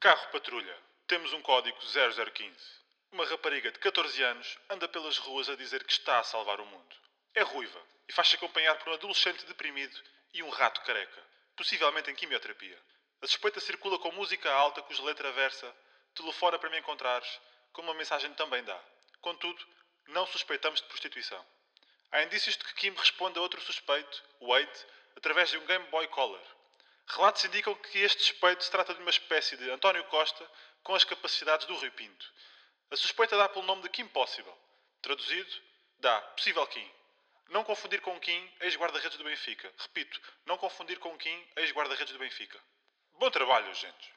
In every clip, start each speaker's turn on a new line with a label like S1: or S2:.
S1: Carro patrulha. Temos um código 0015. Uma rapariga de 14 anos anda pelas ruas a dizer que está a salvar o mundo. É ruiva e faz-se acompanhar por um adolescente deprimido e um rato careca, possivelmente em quimioterapia. A suspeita circula com música alta cuja letra versa telefona para me encontrares, como uma mensagem também dá. Contudo, não suspeitamos de prostituição. Há indícios de que Kim responde a outro suspeito, Wade, através de um Game Boy Color. Relatos indicam que este suspeito se trata de uma espécie de António Costa com as capacidades do Rui Pinto. A suspeita dá pelo nome de Kim Possible. Traduzido, dá Possível Kim. Não confundir com Kim, ex-guarda-redes do Benfica. Repito, não confundir com Kim, ex-guarda-redes do Benfica. Bom trabalho, gente.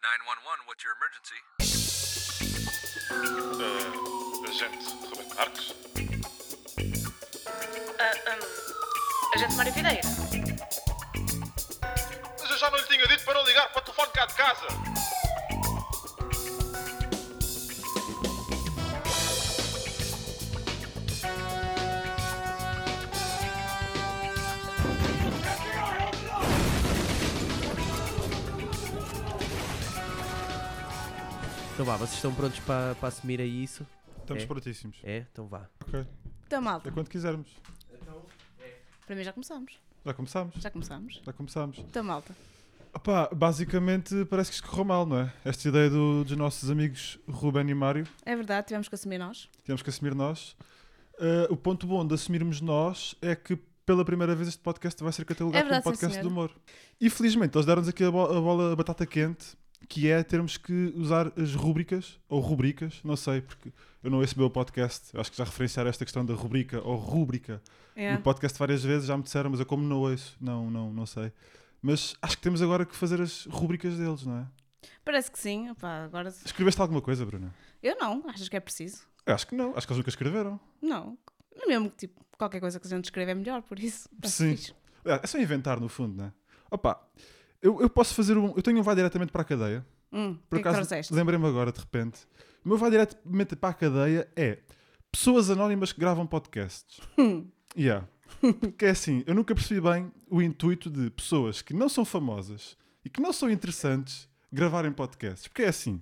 S2: 911, what's your emergency?
S1: Ah, agente Roberto Marques?
S3: Agente Mário Videira.
S1: Mas eu já não lhe tinha dito para não ligar para o telefone cá de casa.
S4: Então vá, vocês estão prontos para, para assumir aí isso?
S5: Estamos
S4: É.
S5: prontíssimos.
S4: É? Então vá.
S5: Ok.
S3: Então,
S5: É
S3: malta,
S5: quando quisermos.
S3: para mim já começamos.
S5: Já começámos.
S3: Já começamos.
S5: Já começámos.
S3: Então, malta.
S5: Opá, basicamente parece que isto correu mal, não é? Esta ideia do- dos nossos amigos Ruben e Mário,
S3: É verdade, tivemos que assumir nós.
S5: tivemos que assumir nós. Ah, o ponto bom de assumirmos nós é que pela primeira vez este podcast vai ser catalogado
S3: É verdade,
S5: como
S3: sim,
S5: podcast
S3: senhora.
S5: de humor. E felizmente eles deram-nos aqui a, bo- a bola a batata quente, que é termos que usar as rúbricas, ou rubricas, não sei, porque eu não recebi o podcast, eu acho que já referenciar esta questão da rubrica ou rúbrica
S3: É.
S5: no podcast várias vezes, já me disseram, mas eu como não ouço, não, não, não sei. Mas acho que temos agora que fazer as rubricas deles, não é?
S3: Parece que sim. Opá, agora.
S5: Escreveste alguma coisa, Bruna?
S3: Eu não. Achas que é preciso?
S5: Eu Acho que não, acho que eles nunca escreveram.
S3: Não. No mesmo que, tipo, qualquer coisa que a gente escreve é melhor, por isso. Tá
S5: Sim.
S3: fixe.
S5: É só inventar, no fundo, não é? Opa, eu, eu posso fazer um. Eu tenho um vai diretamente para a cadeia.
S3: Hum, o que
S5: Por
S3: é que
S5: acaso,
S3: trouxeste?
S5: lembrei-me agora, de repente. O meu vai diretamente para a cadeia é pessoas anónimas que gravam podcasts. Yeah. Porque é assim, eu nunca percebi bem o intuito de pessoas que não são famosas e que não são interessantes gravarem podcasts. Porque é assim,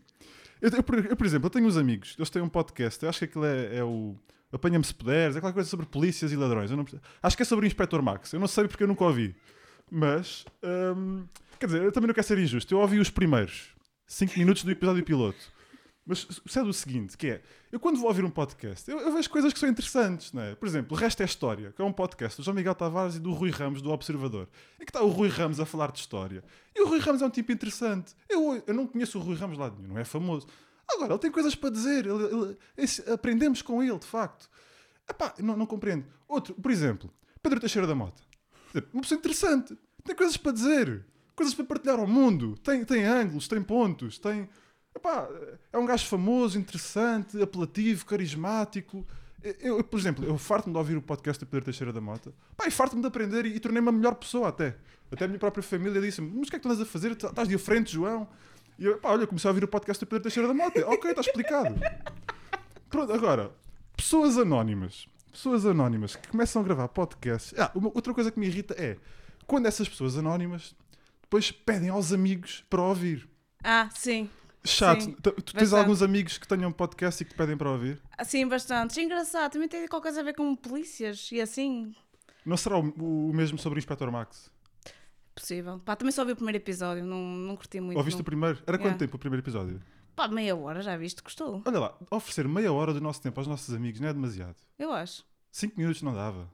S5: eu, eu, por, eu, por exemplo, eu tenho uns amigos, eles têm um podcast, eu acho que aquilo é, é o Apanha-me se puderes, é aquela coisa sobre polícias e ladrões. Eu não perce- acho que é sobre o Inspector Max, eu não sei porque eu nunca ouvi. Mas, hum, quer dizer, eu também não quero ser injusto, eu ouvi os primeiros 5 minutos do episódio piloto. Mas sucede o seguinte, que é, eu quando vou ouvir um podcast, eu, eu vejo coisas que são interessantes, não é? Por exemplo, o Resto é História, que é um podcast do João Miguel Tavares e do Rui Ramos, do Observador. Em que está o Rui Ramos a falar de história. E o Rui Ramos é um tipo interessante. Eu, eu não conheço o Rui Ramos lá de nenhum, não é famoso. Agora, ele tem coisas para dizer, ele- ele- esse- aprendemos com ele, de facto. Epá, não, não compreendo. Outro, por exemplo, Pedro Teixeira da Mota. Quer dizer, Uma pessoa interessante. Tem coisas para dizer. Coisas para partilhar ao mundo. Tem, tem ângulos, tem pontos, tem... Epá, é um gajo famoso, interessante, apelativo, carismático. Eu, eu, por exemplo, eu farto-me de ouvir o podcast do Pedro Teixeira da Mota. Pá, e farto-me de aprender e, e tornei-me a melhor pessoa até. Até a minha própria família disse-me, mas o que é que tu andas a fazer? Tu Estás de frente, João? E eu, pá, olha, comecei a ouvir o podcast do Pedro Teixeira da Mota. ok, está explicado. Pronto, agora, pessoas anónimas. Pessoas anónimas que começam a gravar podcasts. Ah, uma- outra coisa que me irrita é quando essas pessoas anónimas depois pedem aos amigos para ouvir.
S3: Ah, sim.
S5: Chato.
S3: Sim,
S5: Tu, tu tens
S3: bastante.
S5: alguns amigos que tenham podcast e que te pedem para ouvir?
S3: Ah, Sim, bastante. Engraçado. Também tem qualquer coisa a ver com polícias e assim.
S5: Não será o, o mesmo sobre o Inspector Max?
S3: Possível. Pá, também só vi o primeiro episódio. Não, não curti muito.
S5: Ouviste
S3: não.
S5: o primeiro? Era quanto
S3: Yeah.
S5: tempo o primeiro episódio?
S3: Pá, meia hora já viste. Gostou?
S5: Olha lá, oferecer meia hora do nosso tempo aos nossos amigos não é demasiado.
S3: Eu acho.
S5: Cinco minutos não dava.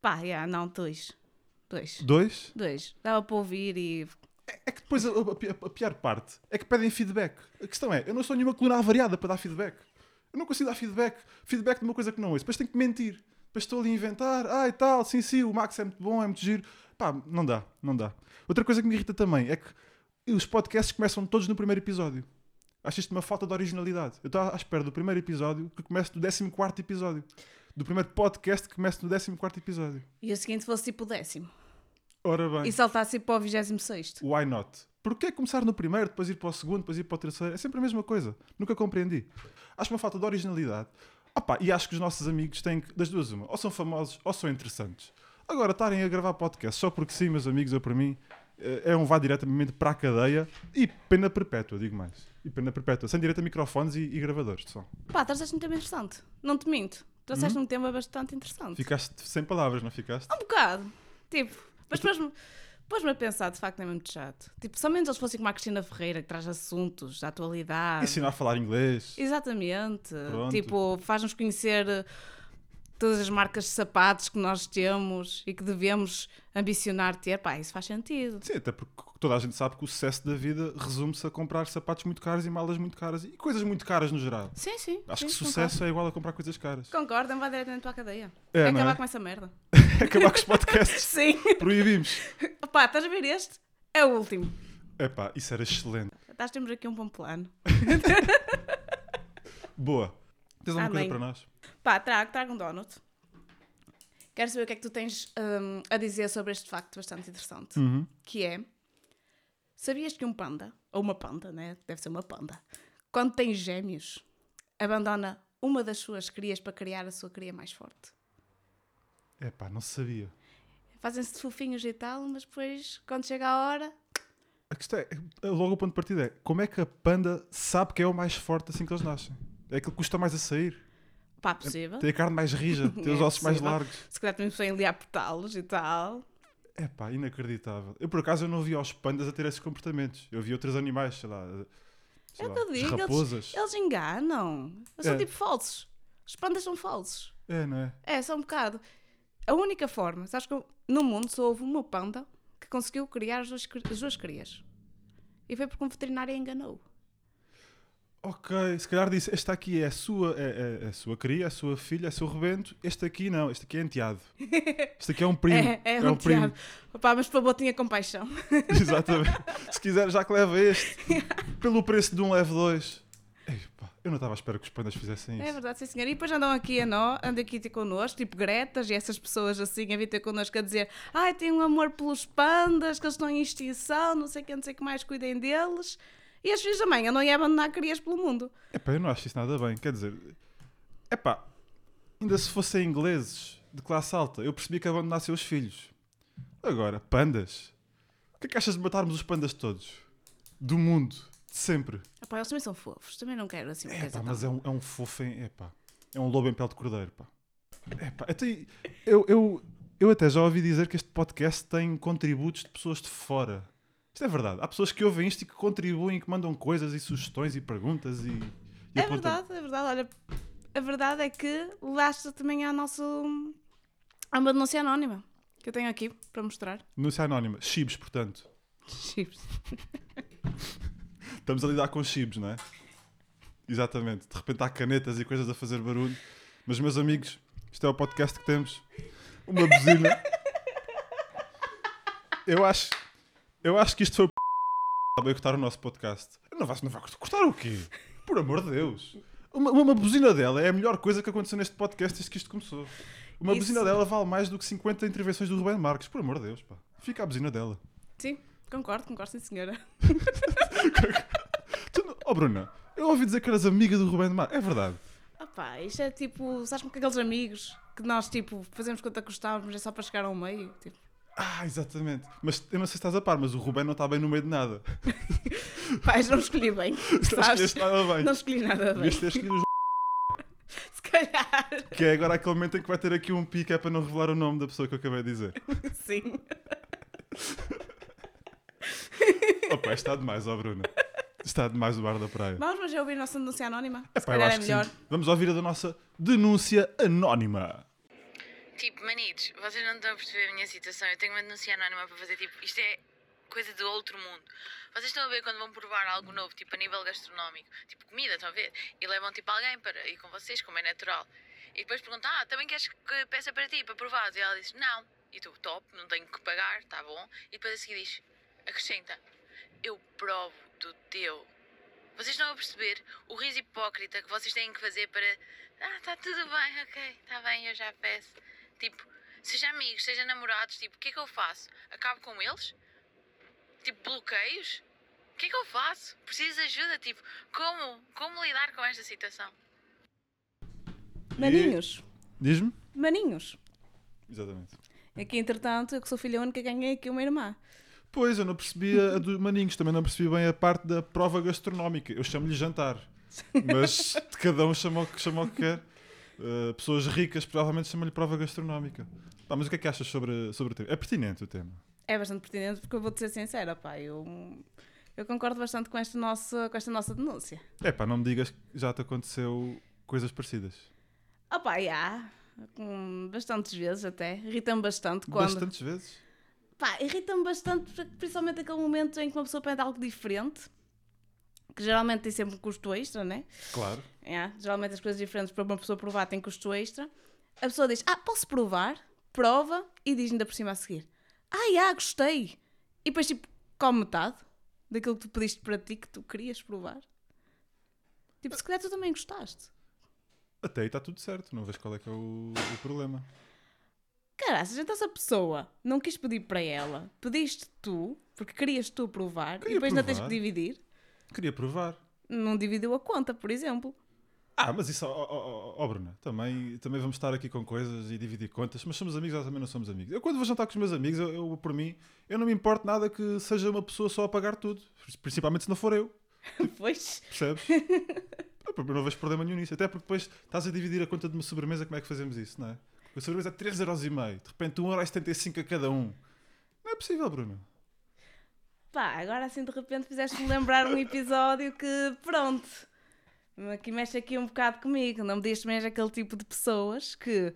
S3: Pá, yeah, não. Dois. Dois.
S5: Dois?
S3: Dois. Dava para ouvir e.
S5: É que depois a, a, a- a pior parte é que pedem feedback. A questão é, eu não sou nenhuma coluna avariada para dar feedback. Eu não consigo dar feedback. Feedback de uma coisa que não ouço. Depois tenho que mentir. Depois estou ali a inventar. Ah, e tal, sim, sim, o Max é muito bom, é muito giro. Pá, não dá, não dá. Outra coisa que me irrita também é que os podcasts começam todos no primeiro episódio. Acho isto uma falta de originalidade. Eu estou à espera do primeiro episódio que comece no 14 episódio. Do primeiro podcast que comece no 14 episódio.
S3: E o seguinte fosse tipo o décimo.
S5: Ora bem.
S3: E saltasse assim para o 26.
S5: Why not? Porquê começar no primeiro, depois ir para o segundo, depois ir para o terceiro? É sempre a mesma coisa. Nunca compreendi. Acho uma falta de originalidade. Ah pá, e acho que os nossos amigos têm que, das duas, uma, ou são famosos ou são interessantes. Agora, estarem a gravar podcast só porque sim, meus amigos, ou para mim, eh, é um vá diretamente para a cadeia e pena perpétua, digo mais. E pena perpétua, sem direito a microfones e, e gravadores de som.
S3: Pá, trouxeste um tema interessante. Não te minto.
S5: Uhum.
S3: Trouxeste um tema bastante interessante.
S5: Ficaste sem palavras, não ficaste?
S3: Um bocado. Tipo, mas pôs-me pôs-me a pensar, de facto, é mesmo chato. Tipo, se ao menos eles fossem como a Cristina Ferreira, que traz assuntos da atualidade.
S5: Ensinar a falar inglês.
S3: Exatamente.
S5: é- Pronto.
S3: Tipo, faz-nos conhecer eh, todas as marcas de sapatos que nós temos e que devemos ambicionar ter. Pá, isso faz sentido.
S5: Sim, até porque toda a gente sabe que o sucesso da vida resume-se a comprar sapatos muito caros e malas muito caras e coisas muito caras no geral.
S3: Sim, sim.
S5: Acho
S3: sim,
S5: que sucesso é igual a comprar coisas caras.
S3: Concordo, Concordo, vai diretamente para a cadeia.
S5: É,
S3: É,
S5: não
S3: acabar
S5: é?
S3: com essa merda.
S5: Acabar com os podcasts.
S3: Sim.
S5: Proibimos.
S3: Pá, estás a ver este? É o último.
S5: Epá, isso era excelente.
S3: Estás temos aqui um bom plano.
S5: Boa. Tens alguma coisa
S3: Amém.
S5: para nós?
S3: Pá, trago, trago um donut. Quero saber o que é que tu tens hum, a dizer sobre este facto bastante interessante. Que é, sabias que um panda, ou uma panda, né? Deve ser uma panda. Quando tem gêmeos, abandona uma das suas crias para criar a sua cria mais forte.
S5: Epá, não sabia.
S3: Fazem-se fofinhos e tal, mas depois, quando chega a hora,
S5: A questão é, é- logo o ponto de partida é, como é que a panda sabe que é o mais forte assim que eles nascem? É aquele que custa mais a sair,
S3: pá, possível.
S5: tem a carne mais rija, tem os
S3: É
S5: ossos mais
S3: possível.
S5: largos.
S3: Se calhar também precisam ali a apertá-los e tal.
S5: Epá, inacreditável. Eu por acaso eu não vi os pandas a ter esses comportamentos. Eu vi outros animais, sei lá, eh, sei
S3: É o
S5: lá,
S3: que eu
S5: as
S3: digo, eles-
S5: raposas.
S3: Eles enganam. Eles são
S5: É.
S3: tipo falsos. Os pandas são falsos.
S5: É, não é?
S3: É, só um bocado. A única forma, sabes que eu- no mundo só houve uma panda que conseguiu criar as duas, cri- as duas crias. E foi porque um veterinário a enganou.
S5: Ok, se calhar disse, esta aqui é a sua, é, é- é a sua cria, é a sua filha, é o seu rebento. Este aqui não, este aqui é enteado. Este aqui é um primo.
S3: É, é, um
S5: primo.
S3: teado. Opa, mas por favor, tinha compaixão.
S5: Exatamente. Se quiser, já que leva este. Pelo preço de um leve dois. Epá, eu não estava à espera que os pandas fizessem
S3: É
S5: isso.
S3: verdade, sim senhor. E depois andam aqui a nó, andam aqui ter connosco, tipo Gretas e essas pessoas assim a vir ter connosco a dizer ai, tenho amor pelos pandas, que eles estão em extinção, não sei o que, não sei o que mais, cuidem deles. E as filhas da mãe andam a abandonar crias pelo mundo.
S5: Epá, eu não acho isso nada bem. Quer dizer, epá, ainda se fossem ingleses de classe alta, eu percebi que abandonassem os filhos. Agora, pandas. O que é que achas de matarmos os pandas todos? Do mundo. De sempre.
S3: Epá, eles também são fofos, também não quero assim uma coisa
S5: Epá,
S3: tão-
S5: mas é um, é um fofo em. Epá, é um lobo em pele de cordeiro, pá. Epá, até, eu, eu, eu até já ouvi dizer que este podcast tem contributos de pessoas de fora. Isto é verdade. Há pessoas que ouvem isto e que contribuem, que mandam coisas e sugestões e perguntas e. e
S3: É
S5: apontam.
S3: verdade, é verdade. Olha, a verdade é que lastra também à nosso. Há uma denúncia anónima que eu tenho aqui para mostrar.
S5: Denúncia anónima. Chibos, portanto.
S3: Chips.
S5: Estamos a lidar com chibos, não é? Exatamente. De repente há canetas e coisas a fazer barulho. Mas, meus amigos, isto é o podcast que temos. Uma buzina. Eu acho, eu acho que isto foi o a boicotar o nosso podcast. Não vais, não vai cortar- cortar o quê? Por amor de Deus. Uma, uma buzina dela é a melhor coisa que aconteceu neste podcast desde que isto começou. Uma
S3: Isso.
S5: buzina dela vale mais do que 50 intervenções do Rubén Marques. Por amor de Deus, pá. Fica a buzina dela.
S3: Sim, concordo, concordo, sim, senhora.
S5: Tu não- Oh, Bruna, eu ouvi dizer que eras amiga do Rubén Marques. É verdade.
S3: Opá, isto é tipo, sabes como aqueles amigos que nós, tipo, fazemos conta que gostávamos, é só para chegar ao meio. Tipo,
S5: Ah, exatamente. Mas eu não sei se estás a par, mas o Rubén não está bem no meio de nada.
S3: pais, não escolhi bem.
S5: Não
S3: sabes?
S5: escolheste nada bem.
S3: Não escolhi nada bem.
S5: Devias ter escolhido os
S3: Se calhar,
S5: que é agora aquele momento em que vai ter aqui um pique é para não revelar o nome da pessoa que eu acabei de dizer.
S3: sim.
S5: Opa, está demais, ó Bruna. Está demais o bar da praia.
S3: Vamos, mas já ouvi a nossa denúncia anónima. Se
S5: Epá, eu
S3: calhar é
S5: acho que sim.
S3: melhor.
S5: Vamos ouvir a da nossa denúncia anónima.
S2: Tipo, manitos, vocês não estão a perceber a minha situação. Eu tenho uma denúncia anónima para fazer. Tipo, isto é coisa do outro mundo. Vocês estão a ver quando vão provar algo novo, tipo a nível gastronómico, tipo comida, estão a ver? E levam tipo alguém para ir com vocês, como é natural. E depois perguntam, ah, também queres que peça para ti, para provar? E ela diz, não. E tu, top, não tenho que pagar, tá bom. E depois a seguir diz, acrescenta, eu provo do teu. Vocês estão a perceber o riso hipócrita que vocês têm que fazer para. Ah, tá tudo bem, ok, tá bem, eu já peço. Tipo, seja amigos, seja namorados, tipo, o que é que eu faço? Acabo com eles? Tipo, bloqueios? O que é que eu faço? Preciso de ajuda, tipo, como, como lidar com esta situação?
S3: Maninhos,
S5: Diz-me?
S3: maninhos.
S5: Exatamente.
S3: É Aqui, entretanto, eu que sou filha única, ganhei aqui uma irmã.
S5: Pois, eu não percebi a a do Maninhos, também não percebi bem a parte da prova gastronómica. Eu chamo-lhe jantar. Mas de cada um chama o que, chama o que quer. Uh, pessoas ricas provavelmente chamam-lhe prova gastronómica. Pá, mas o que é que achas sobre, sobre o tema? É pertinente o tema.
S3: É bastante pertinente porque eu vou-te ser sincera, pá, eu, eu concordo bastante com esta, nossa, com esta nossa denúncia.
S5: É pá, não me digas que já te aconteceu coisas parecidas.
S3: Ah pá, já, com bastantes vezes até, irritam-me bastante quando...
S5: Bastantes vezes.
S3: Pá, irrita-me bastante, principalmente aquele momento em que uma pessoa pede algo diferente, que geralmente tem sempre um custo extra, né?
S5: Claro.
S3: É, geralmente as coisas diferentes para uma pessoa provar têm custo extra. A pessoa diz, ah, posso provar? Prova e diz ainda por cima a seguir, ah, já, gostei. E depois, tipo, come metade daquilo que tu pediste para ti que tu querias provar. Tipo, se calhar tu também gostaste.
S5: Até aí está tudo certo, não vejo qual é que é o, o problema.
S3: Caraças, então se a pessoa não quis pedir para ela, pediste tu, porque querias tu provar,
S5: Queria
S3: e depois ainda tens que
S5: provar.
S3: dividir,
S5: Queria provar.
S3: não dividiu a conta, por exemplo.
S5: Ah, mas isso, ó ó, ó, ó, Bruna, também, também vamos estar aqui com coisas e dividir contas, mas somos amigos ou também não somos amigos. Eu quando vou jantar com os meus amigos, eu, eu, por mim, eu não me importo nada que seja uma pessoa só a pagar tudo, principalmente se não for eu,
S3: Pois,
S5: percebes? eu não vejo problema nenhum nisso, até porque depois estás a dividir a conta de uma sobremesa, como é que fazemos isso, não é? Porque a sobremesa é 3,5€, de repente 1,75€ a cada um. Não é possível, Bruna.
S3: pá, agora assim de repente fizeste-me lembrar um episódio que, pronto, aqui mexe aqui um bocado comigo, não me dizes mesmo aquele tipo de pessoas que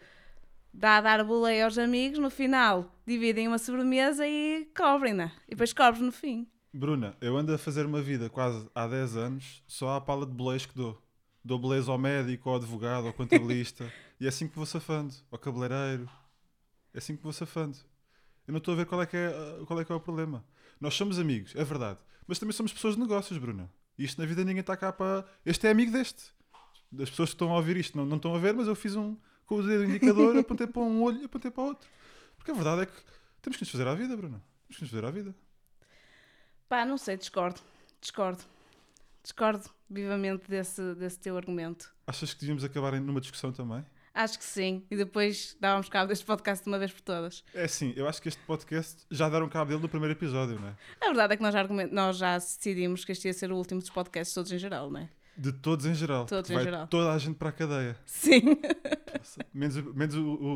S3: dá a dar boleia aos amigos, no final dividem uma sobremesa e cobrem-na, e depois cobres no fim.
S5: Bruna, eu ando a fazer uma vida quase há 10 anos só à pala de boleias que dou. Dou boleias ao médico, ao advogado, ao contabilista. e é assim que vou safando. Ao cabeleireiro. É assim que vou safando. Eu não estou a ver qual é, que é, ah, qual é que é o problema. Nós somos amigos, é verdade. Mas também somos pessoas de negócios, Bruna. E isto na vida ninguém está cá para. Este é amigo deste. As pessoas que estão a ouvir isto não, não estão a ver, mas eu fiz um com o dedo indicador, apontei para um olho e apontei para o outro. Porque a verdade é que temos que nos fazer à vida, Bruna. Temos que nos fazer à vida.
S3: Pá, não sei, discordo, discordo, discordo vivamente desse, desse teu argumento.
S5: Achas que devíamos acabar em- numa discussão também?
S3: Acho que sim, e depois dávamos cabo deste podcast de uma vez por todas.
S5: É assim, eu acho que este podcast já deram cabo dele no primeiro episódio, não é?
S3: A verdade é que nós já, argumen- nós já decidimos que este ia ser o último dos podcasts todos em geral, não é?
S5: De todos em geral.
S3: Todos
S5: porque
S3: em
S5: vai
S3: geral.
S5: Toda a gente para a cadeia.
S3: Sim.
S5: Menos, o- menos, o, o,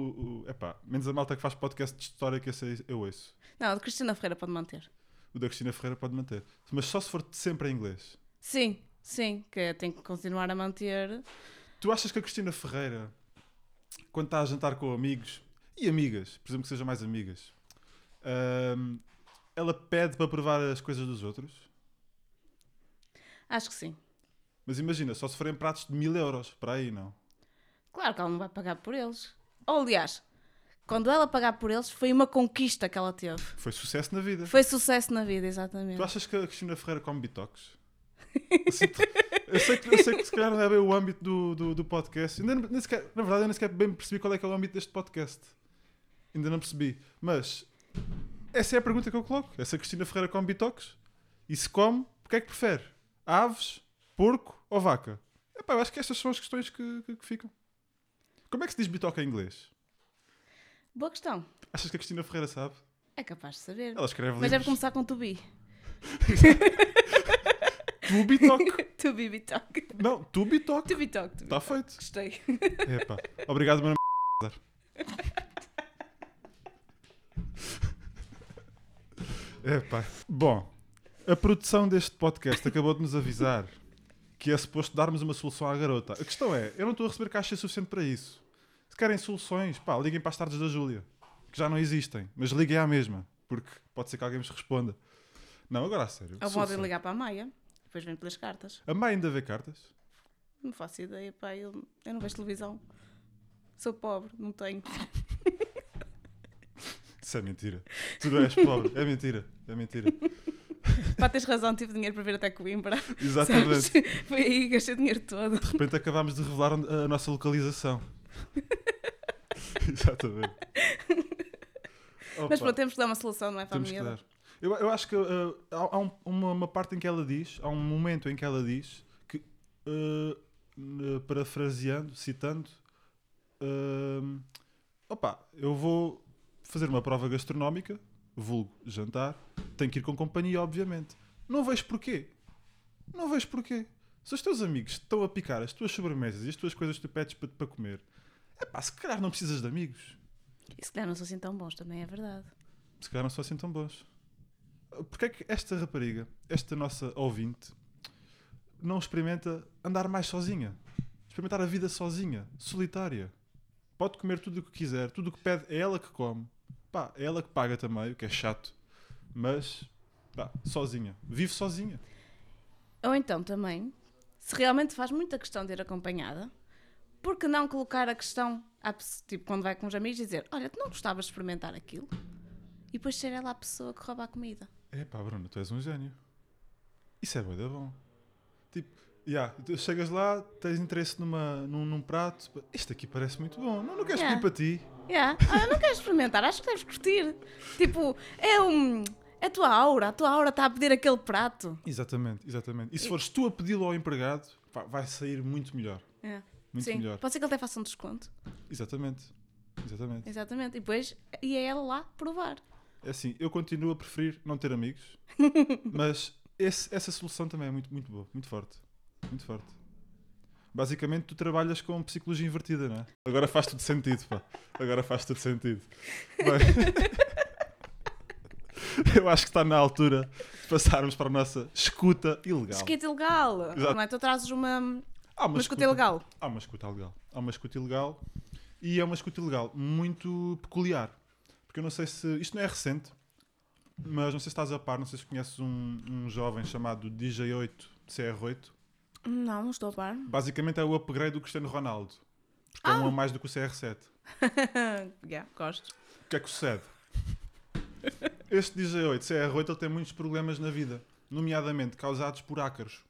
S5: o- epá, menos a malta que faz podcast de história que esse aí eu ouço.
S3: Não, de Cristina Ferreira pode manter.
S5: O da Cristina Ferreira pode manter. Mas só se for sempre em inglês.
S3: Sim, sim, que é, tem que continuar a manter.
S5: Tu achas que a Cristina Ferreira, quando está a jantar com amigos e amigas, presumo que sejam mais amigas, ahm, ela pede para provar as coisas dos outros?
S3: Acho que sim.
S5: Mas imagina, só se forem pratos de mil euros, para aí não.
S3: Claro que ela não vai pagar por eles. Ou, aliás, quando ela pagar por eles, foi uma conquista que ela teve.
S5: Foi sucesso na vida.
S3: Foi sucesso na vida,
S5: Tu
S3: exatamente.
S5: achas que a Cristina Ferreira come bitox? Assim, tu- eu, sei que, eu sei que se calhar não é bem o âmbito do, do, do podcast. Ainda não- nem sequer- na verdade, eu nem sequer bem percebi qual é que é o âmbito deste podcast. Ainda não percebi. Mas essa é a pergunta que eu coloco. Essa Cristina Ferreira come bitox? E se come, o que é que prefere? Aves, porco ou vaca? Epá, eu acho que estas são as questões que, que, que ficam. Como é que se diz bitoca em inglês?
S3: Boa questão.
S5: Achas que a Cristina Ferreira sabe?
S3: É capaz de saber.
S5: Ela escreve
S3: Mas é deve
S5: livros.
S3: começar com to be.
S5: Tu bitoc.
S3: to be bitoc.
S5: Não, tu bitoc.
S3: To be talk, to be.
S5: Está feito.
S3: Gostei.
S5: Epá. Obrigado, meu nome é César. Epá. Bom, a produção deste podcast acabou de nos avisar que é suposto darmos uma solução à garota. A questão é, eu não estou a receber caixa suficiente para isso. Se querem soluções, pá, liguem para as tardes da Júlia, que já não existem, mas liguem à mesma, porque pode ser que alguém nos responda. Não, agora a sério.
S3: Ou podem
S5: solução.
S3: ligar para a Maia. Depois vem pelas cartas.
S5: A mãe ainda vê cartas?
S3: Não faço ideia, pá. Eu, eu não vejo televisão. Sou pobre, não tenho.
S5: Isso é mentira. Tu és pobre. É mentira. É mentira.
S3: Pá, tens razão, tive dinheiro para vir até Coimbra.
S5: Exatamente.
S3: Sabes? Foi aí que gastei o dinheiro todo.
S5: De repente acabámos de revelar onde- a nossa localização. Exatamente.
S3: Mas
S5: Opa,
S3: pronto, temos que dar uma solução, não é para a
S5: temos que
S3: miúda?
S5: dar. Eu, eu acho que uh, há, há um- uma, uma parte em que ela diz, há um momento em que ela diz que, uh, n- parafraseando, citando, eh, uh, opa, eu vou fazer uma prova gastronómica vulgo jantar, tem que ir com companhia, obviamente. Não vejo porquê. Não vejo porquê. Se os teus amigos estão a picar as tuas sobremesas e as tuas coisas que tu pedes para, para comer, é pá, se calhar não precisas de amigos.
S3: E se calhar não são assim tão bons, também é verdade.
S5: Se calhar não são assim tão bons. Porquê é que esta rapariga, esta nossa ouvinte, não experimenta andar mais sozinha? Experimentar a vida sozinha, solitária. Pode comer tudo o que quiser, tudo o que pede é ela que come. Pá, é ela que paga também, o que é chato. Mas, pá, sozinha. Vive sozinha.
S3: Ou então também, se realmente faz muita questão de ir acompanhada, por que não colocar a questão, à pe- tipo, quando vai com os amigos, dizer: Olha, tu não gostavas de experimentar aquilo? E depois ser ela a pessoa que rouba a comida.
S5: É pá, Bruno, tu és um gênio. Isso é bué da bom. Tipo, já, tu chegas lá, tens interesse numa, num, num prato. pá, Isto aqui parece muito bom. Não, não queres
S3: Yeah.
S5: pedir para ti?
S3: Yeah. Ah, não queres experimentar, acho que deves curtir. Tipo, é um. É a tua aura, a tua aura está a pedir aquele prato.
S5: Exatamente, exatamente. E se fores tu a pedi-lo ao empregado, pá, vai sair muito melhor.
S3: É.
S5: Muito
S3: Sim,
S5: melhor.
S3: pode ser que ele até faça um desconto.
S5: Exatamente. Exatamente.
S3: Exatamente. E depois, e é ela lá provar.
S5: É assim, eu continuo a preferir não ter amigos, mas esse- essa solução também é muito, muito boa, muito forte. Muito forte. Basicamente, tu trabalhas com psicologia invertida, não é? Agora faz tudo sentido, pá. Agora faz tudo sentido. Bem, eu acho que está na altura de passarmos para a nossa escuta ilegal. Ah,
S3: Esquete ilegal.
S5: Exato.
S3: Não é? Tu trazes uma.
S5: Há
S3: Uma escuta ilegal.
S5: Há uma escuta ilegal. Há uma escuta ilegal e é uma escuta ilegal muito peculiar. Porque eu não sei se. Isto não é recente, mas não sei se estás a par, não sei se conheces um, um jovem chamado DJ8 CR8.
S3: Não, não estou a par.
S5: Basicamente é o upgrade do Cristiano Ronaldo. Porque é um a mais do que o CR7.
S3: Ah, yeah, gosto.
S5: O que é que sucede? Este DJ8 CR8 ele tem muitos problemas na vida, nomeadamente causados por ácaros.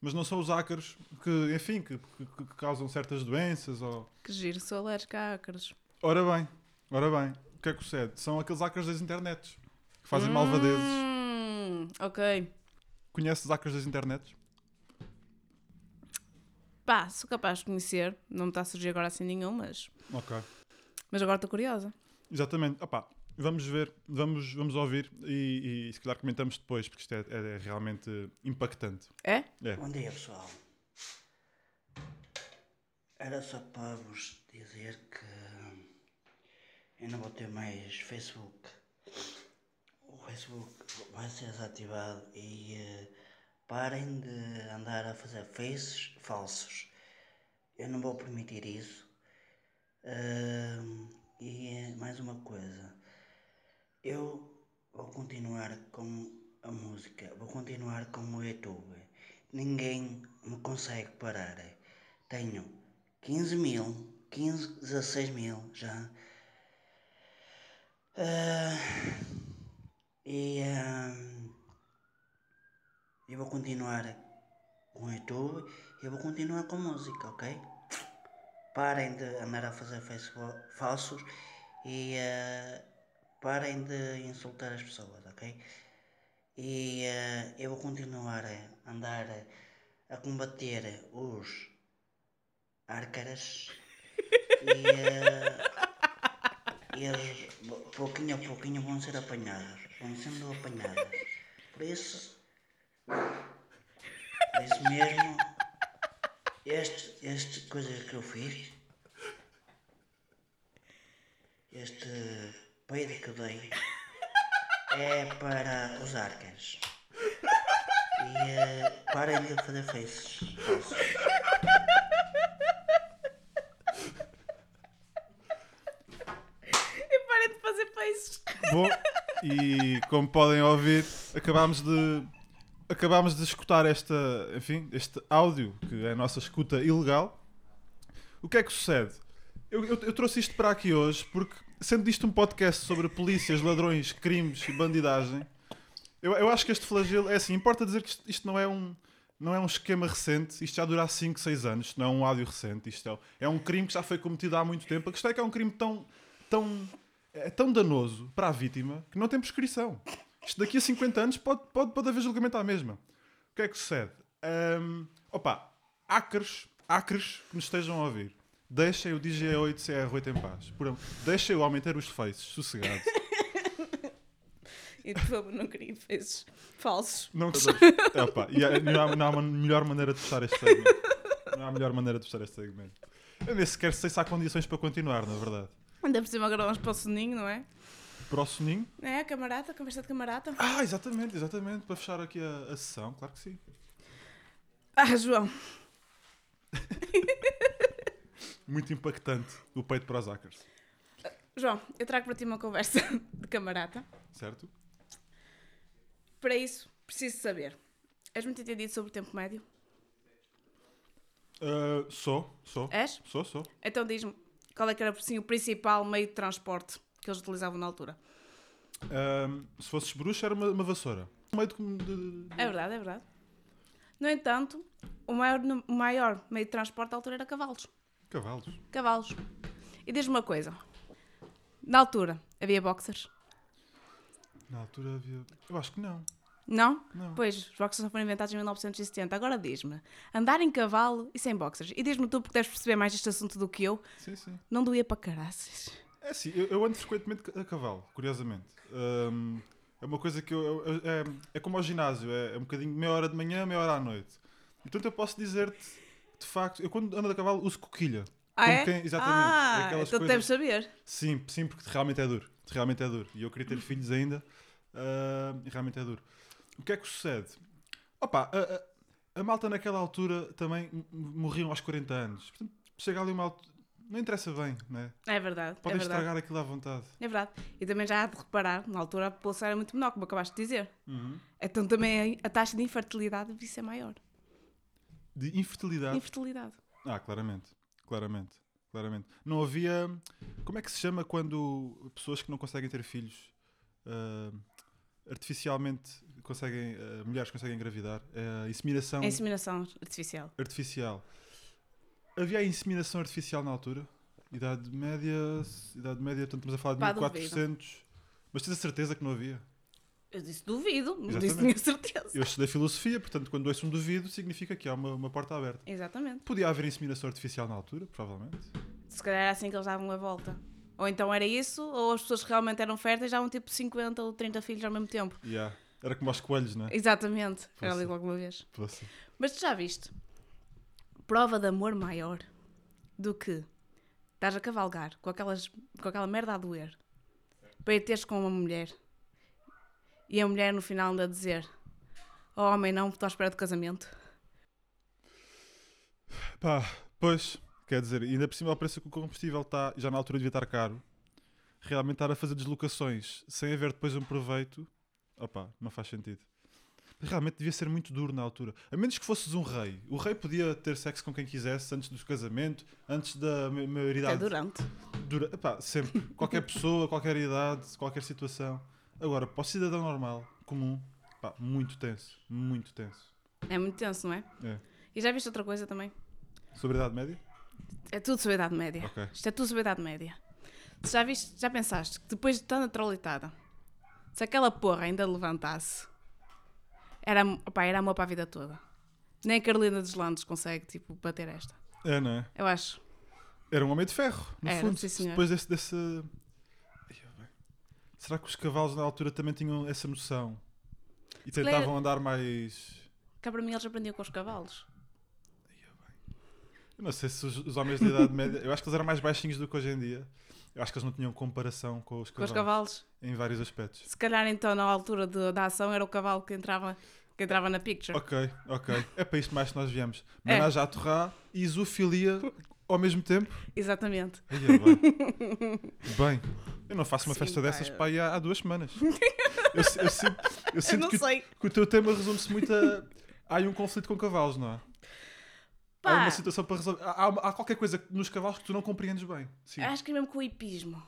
S5: Mas não são os ácaros que, enfim, que- que- que causam certas doenças ou,
S3: Que giro, sou alérgica a ácaros.
S5: Ora bem, ora bem, o que é que sucede? São aqueles hackers das internets que fazem malvadezes.
S3: Hum, ok.
S5: Conheces hackers das internets?
S3: Pá, sou capaz de conhecer. Não me está a surgir agora assim nenhum, mas.
S5: Ok.
S3: Mas agora estou curiosa.
S5: Exatamente. Opá, vamos ver, vamos, vamos ouvir e, e se calhar comentamos depois, porque isto é, é- é realmente impactante.
S3: É?
S5: É.
S6: Bom dia, pessoal. Era só para vos dizer que eu não vou ter mais Facebook. O Facebook vai ser desativado e eh, parem de andar a fazer faces falsos. Eu não vou permitir isso. Ahm, e eh, mais uma coisa. Eu vou continuar com a música, vou continuar com o YouTube. Ninguém me consegue parar. Tenho 15 mil, 15, 16 mil já. Ah, e ah, eu vou continuar com o YouTube e eu vou continuar com música, ok? Parem de andar a fazer Facebook falsos e ah, parem de insultar as pessoas, ok? E eh, eu vou continuar a andar a combater os árcaras e, eh, e eles bo- pouquinho a pouquinho vão ser apanhados, vão sendo apanhados. Por isso, por isso mesmo, este, este coisa que eu fiz, este peido que eu dei é para os arcas. E eh, parem de fazer faces.
S3: E parem de fazer peixes.
S5: Bom, e como podem ouvir, acabámos de acabámos de escutar esta, enfim, este áudio que é a nossa escuta ilegal. O que é que sucede? Eu, eu- eu trouxe isto para aqui hoje porque, sendo isto um podcast sobre polícias, ladrões, crimes e bandidagem, eu, eu acho que este flagelo é assim. Importa dizer que isto, isto não é um não é um esquema recente, isto já dura há 5, 6 anos, isto não é um áudio recente, isto é, é um crime que já foi cometido há muito tempo. A questão é que é um crime tão, tão, é tão danoso para a vítima que não tem prescrição. Isto daqui a 50 anos pode, pode, pode haver julgamento à mesma. O que é que sucede? Ahm, opa, hackers, hackers que nos estejam a ouvir, deixem o DJ8 CR8 em paz. Por, am- deixem-o aumentar os faces, sossegado.
S3: E por favor, não criem fezes falsos.
S5: Não Epá, e há- não, há, não há uma melhor maneira de fechar este segmento. Não há melhor maneira de fechar este segmento. Eu nem sequer sei se há condições para continuar, na verdade.
S3: Ainda por cima agora vamos para o soninho, não é?
S5: Para o soninho.
S3: Não é, camarada? Conversa de camarada?
S5: Ah, exatamente, exatamente. Para fechar aqui a, a sessão, claro que sim.
S3: Ah, João.
S5: Muito impactante o peito para os hackers,
S3: João, eu trago para ti uma conversa de camarada.
S5: certo?
S3: Para isso, preciso saber. És muito entendido sobre o tempo médio?
S5: Ah, sou, sou.
S3: És?
S5: Sou, sou.
S3: Então diz-me, qual é que era assim, o principal meio de transporte que eles utilizavam na altura?
S5: Ahm, Ah, se fosses bruxa, era uma, uma vassoura. Um meio de- de- de-
S3: É verdade, é verdade. No entanto, o maior, nu- o maior meio de transporte da altura era cavalos.
S5: Cavalos.
S3: Cavalos. E diz-me uma coisa. Na altura, havia boxers?
S5: Na altura havia. Eu acho que não.
S3: Não?
S5: Não.
S3: Pois, os boxers só foram inventados em 1970. Agora diz-me, andar em cavalo e sem boxers. E diz-me tu, porque deves perceber mais este assunto do que eu,
S5: Sim, sim.
S3: não doía para caraças.
S5: É assim, eu, eu ando frequentemente a cavalo, curiosamente. Ahm, é uma coisa que eu. eu- eu- é, é como ao ginásio, é, é um bocadinho meia hora de manhã, meia hora à noite. E, Portanto, eu posso dizer-te, de facto, eu quando ando a cavalo uso coquilha.
S3: Ah,
S5: Como
S3: é?
S5: quem- exatamente.
S3: Ah,
S5: aquelas
S3: então
S5: coisas-
S3: deves saber.
S5: Sim, sim, porque realmente é duro. Realmente é duro. E eu queria ter filhos ainda. ah, e realmente é duro. O que é que sucede? Opa, a, a- a malta naquela altura também m- m- morriam aos 40 anos. Portanto, chega ali uma altura. Não interessa bem, né?
S3: É verdade,
S5: Podem
S3: é verdade.
S5: estragar aquilo à vontade.
S3: É verdade. E também já há de reparar, na altura a população era muito menor, como acabaste de dizer.
S5: Uhum.
S3: Então também a a taxa de infertilidade devia ser maior.
S5: De infertilidade.
S3: Infertilidade.
S5: Ah, claramente. Claramente. Claramente. Não havia. Como é que se chama quando pessoas que não conseguem ter filhos ah, artificialmente conseguem. ah, mulheres conseguem engravidar? É a inseminação.
S3: A inseminação artificial.
S5: artificial. Havia a inseminação artificial na altura? Idade média, idade média, portanto estamos a falar de
S3: Pá,
S5: 1400. Mas tens a certeza que não havia?
S3: Eu disse duvido, não disse tinha
S5: Exatamente.
S3: certeza.
S5: Eu estudei filosofia, portanto quando ouço um duvido significa que há uma, uma porta aberta.
S3: Exatamente.
S5: Podia haver inseminação artificial na altura, provavelmente.
S3: Se calhar era assim que eles davam a volta. Ou então era isso, ou as pessoas que realmente eram férteis davam tipo 50 ou 30 filhos ao mesmo tempo.
S5: Yeah. Era como aos coelhos, não é?
S3: Exatamente. Era
S5: Pois
S3: ali
S5: é.
S3: logo uma vez.
S5: Poça.
S3: Mas tu já viste? Prova de amor maior do que estás a cavalgar com, aquelas, com aquela merda a doer para ir teres com uma mulher e a mulher no final anda a dizer: Oh homem, não, estou à espera do casamento.
S5: Pá, pois, quer dizer, ainda por cima ao preço que o combustível está, já na altura devia estar caro, realmente estar a fazer deslocações sem haver depois um proveito, opá, não faz sentido. Realmente devia ser muito duro na altura. A menos que fosses um rei. O rei podia ter sexo com quem quisesse antes do casamento, antes da ma-
S3: É
S5: maioridade.
S3: durante.
S5: Dura- epá, sempre. Qualquer pessoa, qualquer idade, qualquer situação. Agora, para o cidadão normal, comum, pá, muito tenso. Muito tenso.
S3: É muito tenso, não é?
S5: É.
S3: E já viste outra coisa também?
S5: Sobre a Idade Média?
S3: É tudo sobre a Idade Média.
S5: Ok.
S3: Isto é tudo sobre a Idade Média. Tu já viste, já pensaste que depois de tanta trolitada, se aquela porra ainda levantasse, era, opá, era amor para a vida toda. Nem a Carolina dos Landes consegue, tipo, bater esta.
S5: É, não é?
S3: Eu acho.
S5: Era um homem de ferro, no
S3: Era,
S5: fundo.
S3: sim, senhor.
S5: Depois desse. desse... Ai, ó bem. Será que os cavalos na altura também tinham essa noção? E
S3: calhar-
S5: tentavam andar mais.
S3: Cá é para mim eles aprendiam com os cavalos.
S5: Eu não sei se os, os homens da Idade Média. Eu acho que eles eram mais baixinhos do que hoje em dia. Eu acho que eles não tinham comparação com os
S3: Com
S5: cavalos.
S3: os cavalos.
S5: Em vários aspectos.
S3: Se calhar então na altura de- da ação era o cavalo que entrava, que entrava na picture.
S5: Ok, ok. É para isto mais que nós viemos.
S3: É.
S5: Menage à Torrá e isofilia ao mesmo tempo.
S3: Exatamente.
S5: Ai, ó bem. bem, eu não faço uma
S3: Sim,
S5: festa
S3: pá,
S5: dessas
S3: eu-
S5: para aí há, há duas semanas. Eu, si- eu sinto, eu
S3: Eu
S5: sinto
S3: não
S5: que,
S3: sei.
S5: que o teu tema resume-se muito a. Há aí um conflito com cavalos, não é? Há
S3: Pá,
S5: uma situação para resolver. Há, há- há qualquer coisa nos cavalos que tu não compreendes bem. Sim.
S3: acho que é mesmo com o hipismo.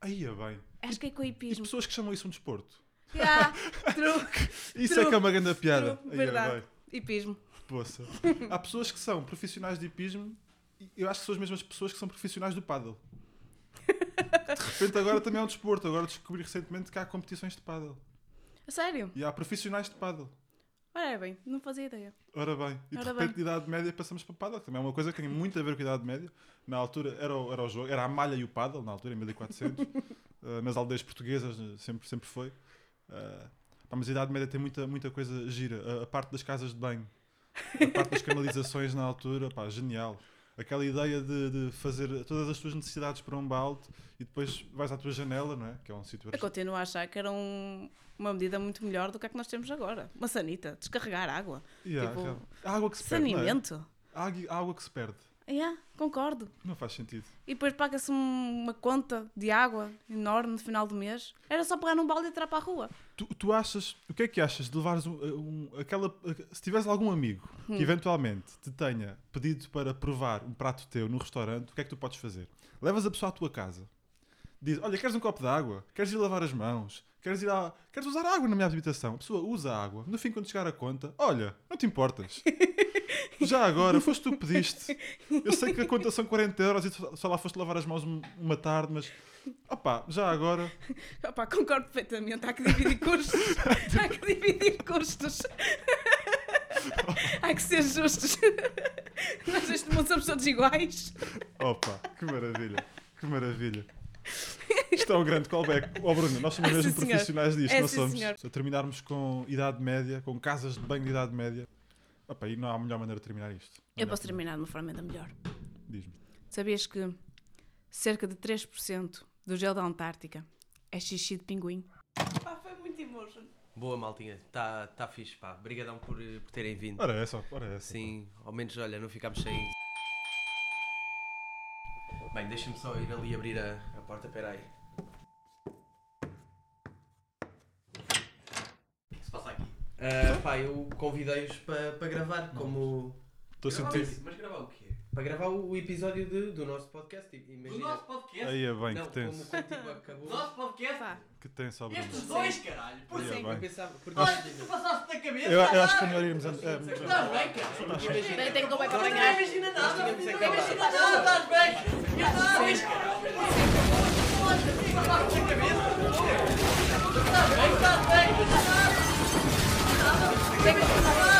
S5: Aí é bem.
S3: Acho que é com o
S5: E
S3: hipismo. Ah,
S5: pessoas que chamam isso um desporto.
S3: Yeah, true,
S5: Isso é
S3: True,
S5: que é uma grande piada.
S3: true,
S5: Aí é
S3: verdade.
S5: bem.
S3: Hipismo.
S5: Poça. Há pessoas que são profissionais de hipismo e eu acho que são as mesmas pessoas que são profissionais do paddle. De repente agora também é um desporto. Agora descobri recentemente que há competições de paddle.
S3: A sério?
S5: E há profissionais de paddle.
S3: Ora bem, não fazia ideia.
S5: Ora bem, e de
S3: Ora
S5: repente de idade média passamos para paddle, que também é uma coisa que tem muito a ver com a idade média. Na altura era o, era o jogo, era a malha e o paddle, na altura, em 1400. Eh, nas aldeias portuguesas eh, sempre, sempre foi. Ah, pá, mas a Idade Média tem muita, muita coisa gira. A, a parte das casas de banho, a parte das canalizações na altura, pá, genial. Aquela ideia de, de fazer todas as tuas necessidades para um balde e depois vais à tua janela, não é? Que é um sítio
S3: Eu continuo a achar que era um- uma medida muito melhor do que a que nós temos agora. Uma sanita, descarregar água.
S5: Yeah,
S3: tipo,
S5: real. a água que se perde. não é?
S3: Saneamento.
S5: A água- a água que se perde.
S3: Yeah, concordo.
S5: Não faz sentido.
S3: E depois paga-se um- uma conta de água enorme no final do mês. Era só pegar num balde e entrar para a rua.
S5: Tu, tu achas, o que é que achas de levares um, um- aquela. Se tiveres algum amigo que eventualmente te tenha pedido para provar um prato teu no restaurante, o que é que tu podes fazer? Levas a pessoa à tua casa, diz: Olha, queres um copo de água? Queres ir lavar as mãos? Queres ir à... Queres usar água na minha habitação? A pessoa usa a água. No fim, quando chegar a conta, olha, não te importas. Já agora, foste tu que pediste. Eu sei que a conta são 40 euros e tu só lá foste lavar as mãos um- uma tarde, mas. Opá, já agora.
S3: Opa, concordo perfeitamente. Há que dividir custos. Há que dividir custos. Há que ser justos. Nós neste mundo somos todos iguais.
S5: Opa, que maravilha, que maravilha. Isto é um grande callback. Oh Bruno, nós somos
S3: Ah,
S5: mesmo
S3: sim, senhor.
S5: profissionais disto,
S3: É,
S5: nós
S3: sim,
S5: somos.
S3: senhor.
S5: Se terminarmos com Idade Média, com casas de banho de Idade Média, opa, e não há melhor maneira de terminar isto.
S3: Eu posso terminar de uma forma ainda melhor.
S5: Diz-me.
S3: Sabias que cerca de 3% do gel da Antártica é xixi de pinguim? Pá, foi muito emotion.
S4: Boa, maltinha. Está tá fixe, pá. Obrigadão por, eh, por terem vindo.
S5: Ora essa, ora é essa.
S4: Sim, ao menos, olha, não ficámos sem... Bem, deixa-me só ir ali abrir a, a porta. Espera aí. O que se passa aqui? Ah, pá, eu convidei-os para gravar, como...
S5: Estou a sentir.
S4: Mas gravar o quê? Para gravar o o episódio de- do nosso podcast. tipo, Imagina.
S7: Do nosso podcast?
S5: Aí é bem,
S4: Não,
S5: que tenso.
S4: como contigo acabou.
S7: Do nosso podcast?
S3: Pá,
S5: Que tenso, ó Bruno.
S7: Estes dois, caralho! Por
S5: Aí é
S7: isso
S4: Eu
S5: bem.
S4: pensava... Porque...
S7: Olha, tu passaste da cabeça!
S5: Eu, eu acho que é
S7: caralho.
S5: melhor irmos. an- é, muito bem.
S7: Estás bem, cara?
S3: Espera, eu tenho que acompanhar.
S7: Não imagina nada! Não
S4: tínhamos
S7: imagina
S4: acabado.
S7: nada! Estás bem! Eu estou a ver, cara! Olha, passaste da cabeça! Estás bem, estás bem! Estás bem! Estás bem!